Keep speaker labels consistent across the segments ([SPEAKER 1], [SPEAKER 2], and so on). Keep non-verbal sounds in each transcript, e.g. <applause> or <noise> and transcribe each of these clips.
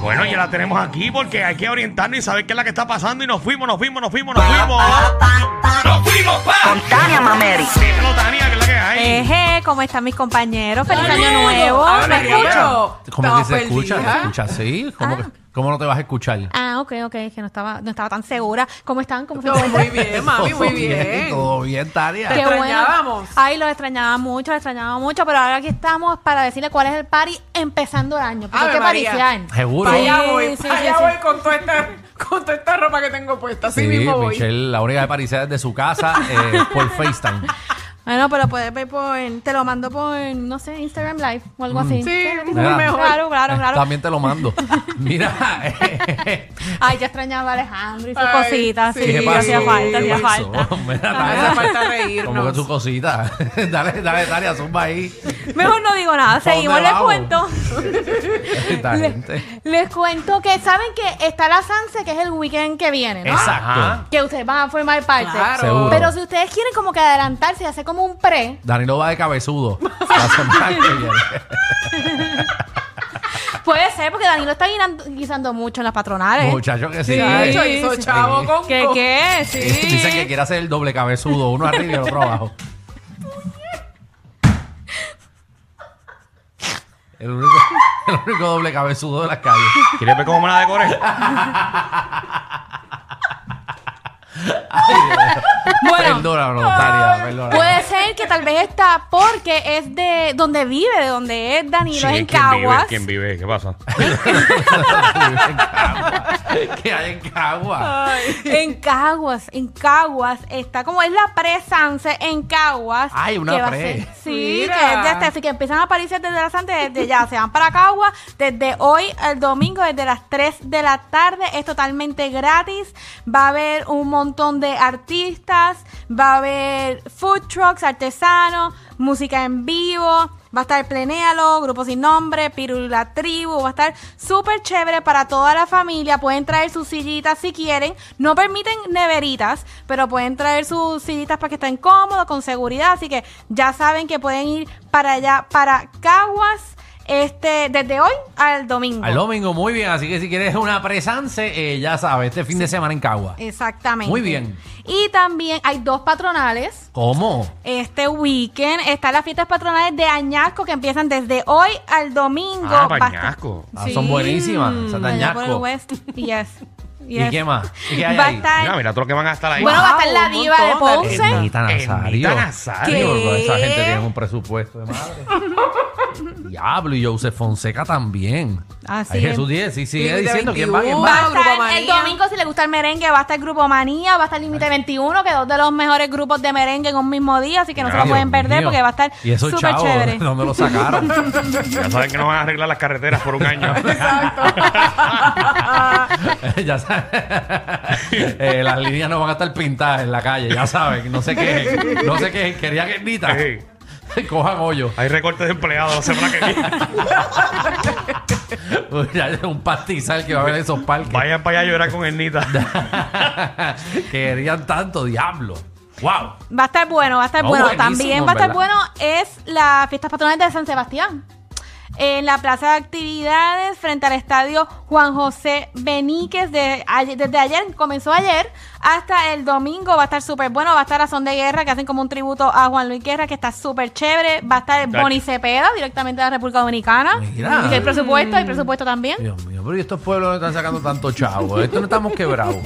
[SPEAKER 1] Bueno, ya la tenemos aquí porque hay que orientarnos y saber qué es la que está pasando. Y nos fuimos, nos fuimos, nos fuimos, nos fuimos. ¡Nos fuimos, pa!
[SPEAKER 2] Tania Mameri.
[SPEAKER 1] Dímelo, Tania, que es la que hay.
[SPEAKER 3] Eje, ¿cómo están mis compañeros? ¡Feliz año nuevo! ¿Me
[SPEAKER 1] Saludos.
[SPEAKER 3] escucho?
[SPEAKER 4] ¿Cómo que
[SPEAKER 5] Estaba
[SPEAKER 4] se escucha?
[SPEAKER 5] perdida.
[SPEAKER 4] ¿Se escucha así? ¿Cómo, que- cómo no te vas a escuchar?
[SPEAKER 3] Ah, ok, ok, es que no estaba, no estaba tan segura. ¿Cómo están? ¿Cómo se
[SPEAKER 5] No,
[SPEAKER 3] encuentran?
[SPEAKER 5] muy
[SPEAKER 3] <laughs>
[SPEAKER 5] bien, mami, muy bien.
[SPEAKER 4] Todo bien, Tania.
[SPEAKER 5] Te extrañábamos.
[SPEAKER 3] Ay, los extrañaba mucho, los extrañaba mucho, pero ahora aquí estamos para decirle cuál es el party empezando el año. Porque hay
[SPEAKER 5] Ave
[SPEAKER 3] que
[SPEAKER 5] María.
[SPEAKER 3] pariciar.
[SPEAKER 4] Seguro.
[SPEAKER 5] Para allá
[SPEAKER 3] Sí,
[SPEAKER 5] voy,
[SPEAKER 3] sí,
[SPEAKER 5] para
[SPEAKER 3] sí,
[SPEAKER 5] allá
[SPEAKER 3] sí.
[SPEAKER 5] voy con toda esta, con toda esta ropa que tengo puesta. Así
[SPEAKER 4] Sí,
[SPEAKER 5] mismo voy.
[SPEAKER 4] Michelle, la única de Parisea desde su casa eh, por FaceTime.
[SPEAKER 3] Bueno, pero puedes ver por, te lo mando por, no sé, Instagram Live o
[SPEAKER 4] Mm.
[SPEAKER 3] algo así.
[SPEAKER 5] Sí, muy
[SPEAKER 4] Mira.
[SPEAKER 5] mejor.
[SPEAKER 3] Claro, claro, claro.
[SPEAKER 4] También te lo mando. Mira. eh,
[SPEAKER 3] Ay, ya extrañaba a Alejandro y sus
[SPEAKER 5] Ay,
[SPEAKER 3] cositas.
[SPEAKER 5] sí.
[SPEAKER 3] Sí,
[SPEAKER 5] ya
[SPEAKER 4] ¿Qué pasó?
[SPEAKER 3] hacía falta,
[SPEAKER 4] ¿Qué
[SPEAKER 3] hacía
[SPEAKER 4] pasó?
[SPEAKER 3] falta.
[SPEAKER 4] <laughs> Mira,
[SPEAKER 5] Hace
[SPEAKER 4] Tania.
[SPEAKER 5] falta
[SPEAKER 4] Como que
[SPEAKER 5] reírnos.
[SPEAKER 4] tu cosita. <laughs> dale, dale, Tania, zumba ahí.
[SPEAKER 3] Mejor no digo nada,
[SPEAKER 4] ¿Para
[SPEAKER 3] seguimos,
[SPEAKER 4] dónde
[SPEAKER 3] les
[SPEAKER 4] vamos?
[SPEAKER 3] cuento.
[SPEAKER 4] Esta
[SPEAKER 3] Le-
[SPEAKER 4] gente.
[SPEAKER 3] les cuento que saben que está la Sanse, que es el weekend que viene, ¿no?
[SPEAKER 4] Exacto.
[SPEAKER 3] Que ustedes van a formar parte.
[SPEAKER 5] Claro.
[SPEAKER 4] Seguro.
[SPEAKER 3] Pero si ustedes quieren como que adelantarse y hacer como un pre,
[SPEAKER 4] Danilo va de cabezudo. La semana que viene.
[SPEAKER 3] puede ser porque Danilo está guinando- guisando mucho en las patronales.
[SPEAKER 4] Muchacho que sí.
[SPEAKER 5] Sí,
[SPEAKER 3] Sí,
[SPEAKER 5] hizo
[SPEAKER 3] sí.
[SPEAKER 5] chavo con
[SPEAKER 3] ¿Qué
[SPEAKER 5] con-
[SPEAKER 3] qué? Sí.
[SPEAKER 4] Dicen que quiere hacer el doble cabezudo, uno arriba y el otro abajo. El único, <laughs> el único doble cabezudo de las calles.
[SPEAKER 1] ¿Quieres ver cómo me la decoré?
[SPEAKER 3] Bueno.
[SPEAKER 4] Perdónalo, Tania, perdónalo. <laughs>
[SPEAKER 3] Puede ser que tal vez está porque es de donde vive, de donde es Danilo,
[SPEAKER 1] Sí,
[SPEAKER 3] es en
[SPEAKER 1] ¿quién vive?
[SPEAKER 3] Caguas.
[SPEAKER 1] ¿Quién vive? ¿Qué pasa?
[SPEAKER 4] ¿Qué hay en Cagua?
[SPEAKER 3] <laughs> En Caguas, en Caguas está como es la pre-Sanse en Caguas.
[SPEAKER 4] Ay, una
[SPEAKER 3] que va a
[SPEAKER 4] pre.
[SPEAKER 3] ser- Sí,
[SPEAKER 5] Mira.
[SPEAKER 3] que es de este, así que empiezan a aparecer desde la Sanse, desde ya, se van para Caguas, desde hoy, el domingo, desde las 3 de la tarde, es totalmente gratis, va a haber un montón de artistas, va a haber food trucks, artesanos, música en vivo. Va a estar Plenéalo, Grupo Sin Nombre, Pirula Tribu. Va a estar súper chévere para toda la familia. Pueden traer sus sillitas si quieren. No permiten neveritas, pero pueden traer sus sillitas para que estén cómodos, con seguridad. Así que ya saben que pueden ir para allá, para Caguas, este, desde hoy al domingo.
[SPEAKER 4] Al domingo, muy bien. Así que si quieres una presance, eh, ya sabes, este fin de semana en Cagua.
[SPEAKER 3] Exactamente.
[SPEAKER 4] Muy bien.
[SPEAKER 3] Y también hay dos patronales.
[SPEAKER 4] ¿Cómo?
[SPEAKER 3] Este weekend están las fiestas patronales de Añasco que empiezan desde hoy al domingo.
[SPEAKER 1] Ah,
[SPEAKER 3] Va a estar-
[SPEAKER 1] pañasco.
[SPEAKER 4] Ah,
[SPEAKER 3] Sí.
[SPEAKER 4] Son buenísimas. esas de
[SPEAKER 3] Allá por el
[SPEAKER 4] Añasco.
[SPEAKER 3] West. <laughs> Yes.
[SPEAKER 4] ¿Y
[SPEAKER 3] Yes.
[SPEAKER 4] qué más? ¿Y qué hay
[SPEAKER 3] Va a
[SPEAKER 4] ahí?
[SPEAKER 3] estar-
[SPEAKER 1] Mira, mira todo lo que van a estar ahí.
[SPEAKER 3] Bueno, va a estar
[SPEAKER 5] Wow,
[SPEAKER 3] la
[SPEAKER 5] un
[SPEAKER 3] diva de
[SPEAKER 5] montón de-
[SPEAKER 3] Ponce.
[SPEAKER 4] Ernita Nazario.
[SPEAKER 1] Ernita Nazario.
[SPEAKER 4] Sí, porque Esa
[SPEAKER 3] ¿Qué?
[SPEAKER 4] gente tiene un presupuesto
[SPEAKER 3] <laughs>
[SPEAKER 4] de madre. Diablo, y Joseph Fonseca también.
[SPEAKER 3] Así
[SPEAKER 4] Ay,
[SPEAKER 3] es.
[SPEAKER 4] Jesús dice, sí, sigue
[SPEAKER 5] de
[SPEAKER 4] diciendo quién va, quién
[SPEAKER 3] Va a
[SPEAKER 4] va.
[SPEAKER 5] Wow, Grupo
[SPEAKER 3] estar el
[SPEAKER 5] Manía.
[SPEAKER 3] domingo, si le gusta el merengue, va a estar Grupo Manía, va a estar Límite 21, que es dos de los mejores grupos de merengue en un mismo día, así que no se lo
[SPEAKER 1] Dios
[SPEAKER 3] pueden perder
[SPEAKER 4] mío.
[SPEAKER 3] porque va a estar
[SPEAKER 4] Y esos
[SPEAKER 3] súper
[SPEAKER 4] chavos,
[SPEAKER 3] chévere.
[SPEAKER 4] ¿de ¿dónde lo
[SPEAKER 3] <laughs>
[SPEAKER 4] sacaron? <laughs>
[SPEAKER 1] Ya saben que no van a arreglar las carreteras por un año.
[SPEAKER 4] ya saben. <laughs> Eh, las líneas no van a estar pintadas en la calle, ya saben. No sé qué No sé qué Quería que Ernita
[SPEAKER 1] Sí.
[SPEAKER 4] <laughs> cojan hoyo.
[SPEAKER 1] Hay recortes de empleados la semana que viene.
[SPEAKER 4] un pastizal que va a haber en esos parques.
[SPEAKER 1] Vayan para allá a llorar con Ernita.
[SPEAKER 4] <laughs> Querían tanto, diablo. ¡Wow!
[SPEAKER 3] Va a estar bueno, va a estar
[SPEAKER 4] No,
[SPEAKER 3] bueno.
[SPEAKER 4] buenísimo,
[SPEAKER 3] También va a estar
[SPEAKER 4] ¿verdad?
[SPEAKER 3] bueno es la fiesta patronal de San Sebastián. En la plaza de actividades frente al estadio Juan José Beníquez, de ayer- desde ayer, comenzó ayer, hasta el domingo va a estar súper bueno, va a estar la Son de Guerra, que hacen como un tributo a Juan Luis Guerra, que está súper chévere, va a estar
[SPEAKER 1] Chacho.
[SPEAKER 3] Bonnie Cepeda, directamente de la República Dominicana.
[SPEAKER 4] Mira.
[SPEAKER 3] Y el presupuesto, hay presupuesto también.
[SPEAKER 4] Dios mío, pero ¿y estos pueblos no están sacando tanto chavo? Esto no estamos quebrados.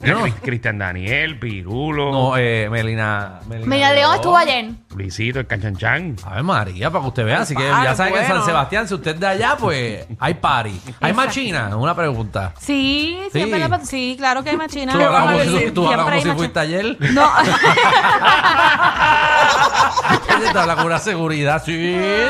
[SPEAKER 1] Cri- Cristian Daniel, Pirulo.
[SPEAKER 4] No, eh, Melina.
[SPEAKER 3] Mira, León estuvo ayer.
[SPEAKER 1] Luisito, el canchanchan.
[SPEAKER 4] A ver, María, para que usted vea. Así que
[SPEAKER 3] Ah,
[SPEAKER 5] Vale,
[SPEAKER 4] ya saben que en
[SPEAKER 5] bueno.
[SPEAKER 4] San Sebastián, si usted es de allá, pues hay party. ¿Hay machina? Es una pregunta.
[SPEAKER 3] Sí, siempre la
[SPEAKER 4] Sí.
[SPEAKER 3] pa- Sí, claro que hay machina.
[SPEAKER 4] Tú
[SPEAKER 5] ¿Qué
[SPEAKER 4] hablas
[SPEAKER 5] vas a
[SPEAKER 4] como si,
[SPEAKER 5] decir?
[SPEAKER 4] tú hablas
[SPEAKER 3] Siempre
[SPEAKER 4] como
[SPEAKER 3] hay
[SPEAKER 4] si
[SPEAKER 3] machina.
[SPEAKER 4] fuiste
[SPEAKER 3] <laughs>
[SPEAKER 4] ayer.
[SPEAKER 3] No.
[SPEAKER 4] Ella <laughs> te habla con una seguridad, sí.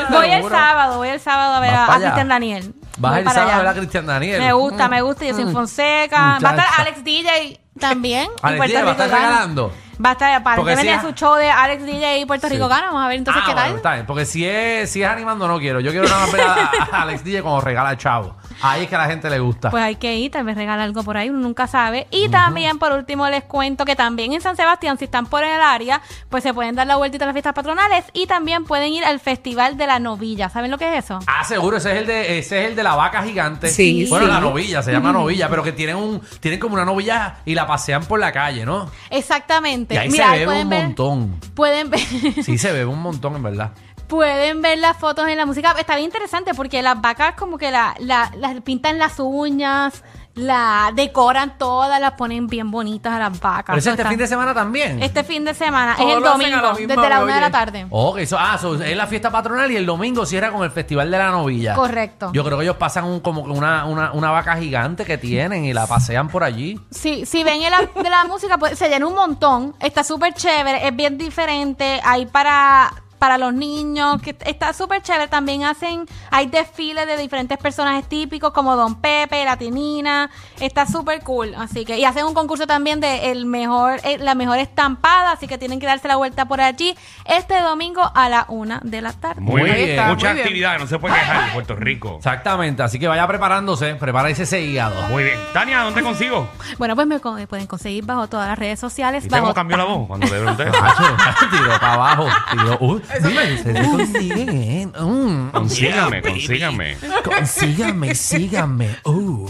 [SPEAKER 3] voy el
[SPEAKER 4] seguro.
[SPEAKER 3] sábado, voy el sábado a ver
[SPEAKER 4] Vas
[SPEAKER 3] a,
[SPEAKER 4] para
[SPEAKER 3] a
[SPEAKER 4] allá.
[SPEAKER 3] Cristian Daniel.
[SPEAKER 4] Vas
[SPEAKER 3] Voy
[SPEAKER 4] el
[SPEAKER 3] para
[SPEAKER 4] sábado a
[SPEAKER 3] allá.
[SPEAKER 4] ver a Cristian Daniel.
[SPEAKER 3] Me gusta, me gusta. Yo soy Fonseca. Va a estar
[SPEAKER 4] Muchacha.
[SPEAKER 3] Alex DJ también. y
[SPEAKER 4] Alex
[SPEAKER 3] Puerto
[SPEAKER 4] DJ va a estar
[SPEAKER 3] Rico gana.
[SPEAKER 4] regalando.
[SPEAKER 3] Va a estar, aparentemente
[SPEAKER 4] si es-
[SPEAKER 3] su show de Alex DJ y Puerto
[SPEAKER 4] Sí.
[SPEAKER 3] Rico gana. Vamos a ver entonces
[SPEAKER 4] Ah,
[SPEAKER 3] qué tal.
[SPEAKER 4] bueno, está bien, porque si es, si es animando no quiero. Yo quiero nada más ver a, a Alex DJ como regala chavo. Ahí es que a la gente le gusta.
[SPEAKER 3] Pues hay que ir, tal vez regala algo por ahí, uno nunca sabe. Y también, por último, les cuento que también en San Sebastián, si están por el área, pues se pueden dar la vueltita a las fiestas patronales y también pueden ir al Festival de la Novilla. ¿Saben lo que es eso?
[SPEAKER 4] Ah, seguro, ese es el de, ese es el de la vaca gigante.
[SPEAKER 2] Sí,
[SPEAKER 4] Bueno,
[SPEAKER 2] sí.
[SPEAKER 4] la novilla, se llama novilla, pero que tienen un, tienen como una novilla y la pasean por la calle, ¿no?
[SPEAKER 3] Exactamente.
[SPEAKER 4] Y ahí
[SPEAKER 3] Mira,
[SPEAKER 4] se bebe
[SPEAKER 3] pueden
[SPEAKER 4] un
[SPEAKER 3] ver-
[SPEAKER 4] montón.
[SPEAKER 3] Pueden ver,
[SPEAKER 4] <laughs> Sí, se bebe un montón, en verdad.
[SPEAKER 3] pueden ver las fotos en la música. Está bien interesante porque las vacas como que la, la- las pintan las uñas, la decoran todas, las ponen bien bonitas a las vacas.
[SPEAKER 4] Pero es este
[SPEAKER 3] Está-
[SPEAKER 4] fin de semana también.
[SPEAKER 3] este fin de semana, es
[SPEAKER 5] Todos
[SPEAKER 3] el
[SPEAKER 5] lo hacen a la
[SPEAKER 3] domingo,
[SPEAKER 5] misma
[SPEAKER 3] desde la
[SPEAKER 5] hora,
[SPEAKER 3] una de la
[SPEAKER 5] oye.
[SPEAKER 3] tarde.
[SPEAKER 4] Ok, eso, ah, eso es la fiesta patronal y el domingo cierra con el Festival de la Novilla.
[SPEAKER 3] Correcto.
[SPEAKER 4] Yo creo que ellos pasan un- como que una, una, una vaca gigante que tienen y la pasean por allí.
[SPEAKER 3] Sí, si ven el app de la música, pues se llena un montón. Está súper chévere, es bien diferente. Hay para, para los niños, que está súper chévere. También hacen, hay desfiles de diferentes personajes típicos como Don Pepe, la Tinina. Está súper cool. Así que, y hacen un concurso también de el mejor, eh, la mejor estampada. Así que tienen que darse la vuelta por allí este domingo a la una de la tarde.
[SPEAKER 1] Muy
[SPEAKER 4] Ahí
[SPEAKER 1] bien.
[SPEAKER 4] está,
[SPEAKER 1] Mucha
[SPEAKER 5] muy bien.
[SPEAKER 1] actividad, no se puede quejar en Puerto Rico.
[SPEAKER 4] Exactamente, así que vaya preparándose, prepárese ese hígado. <laughs>
[SPEAKER 1] Muy bien. Tania, ¿dónde consigo?
[SPEAKER 3] Bueno, pues me con- pueden conseguir bajo todas las redes sociales.
[SPEAKER 1] ¿Y
[SPEAKER 3] bajo
[SPEAKER 1] cómo cambió la voz cuando le pregunté?
[SPEAKER 4] Macho, tiro para abajo. Tiro, uy, mira, ustedes consiguen. Mm,
[SPEAKER 1] Consígame, consígame.
[SPEAKER 4] consígame, sígame. Uh.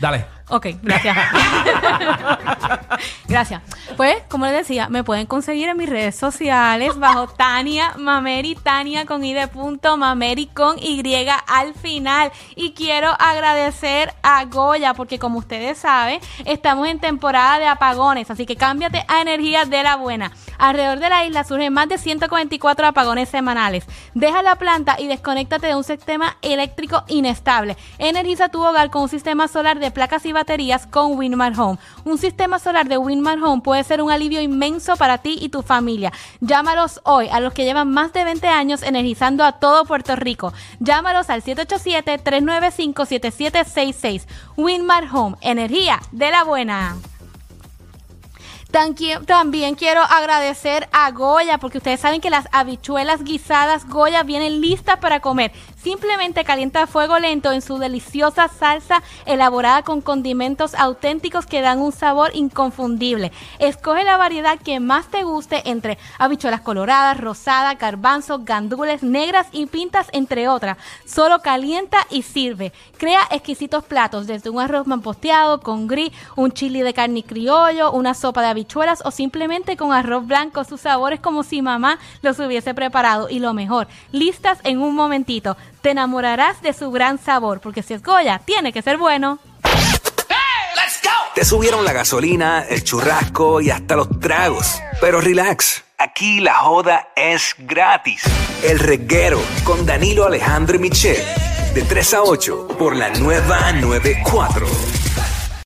[SPEAKER 4] Dale.
[SPEAKER 3] Ok, gracias. <laughs> gracias. Pues, como les decía, me pueden conseguir en mis redes sociales bajo Tania Mameri, Tania con I de punto, Mameri con Y al final. Y quiero agradecer a Goya, porque como ustedes saben, estamos en temporada de apagones, así que cámbiate a energía de la buena. Alrededor de la isla surgen más de 144 apagones semanales. Deja la planta y desconéctate de un sistema eléctrico inestable. Energiza tu hogar con un sistema solar de placas y baterías con Winmar Home. Un sistema solar de Winmar Home puede ser un alivio inmenso para ti y tu familia. Llámalos hoy a los que llevan más de 20 años energizando a todo Puerto Rico. Llámalos al 787-395-7766. Winmar Home, energía de la buena. Tanqui- También quiero agradecer a Goya, porque ustedes saben que las habichuelas guisadas Goya vienen listas para comer. Simplemente calienta a fuego lento en su deliciosa salsa elaborada con condimentos auténticos que dan un sabor inconfundible. Escoge la variedad que más te guste entre habichuelas coloradas, rosadas, garbanzos, gandules, negras y pintas, entre otras. Solo calienta y sirve. Crea exquisitos platos, desde un arroz mamposteado con gris, un chili de carne criollo, una sopa de habichuelas o simplemente con arroz blanco. Sus sabores como si mamá los hubiese preparado. Y lo mejor, listas en un momentito. Te enamorarás de su gran sabor, porque si es Goya, tiene que ser bueno.
[SPEAKER 6] Te subieron la gasolina, el churrasco y hasta los tragos. Pero relax, aquí la joda es gratis. El reguero con Danilo Alejandro y Michel. De 3 a 8 por la nueva 94.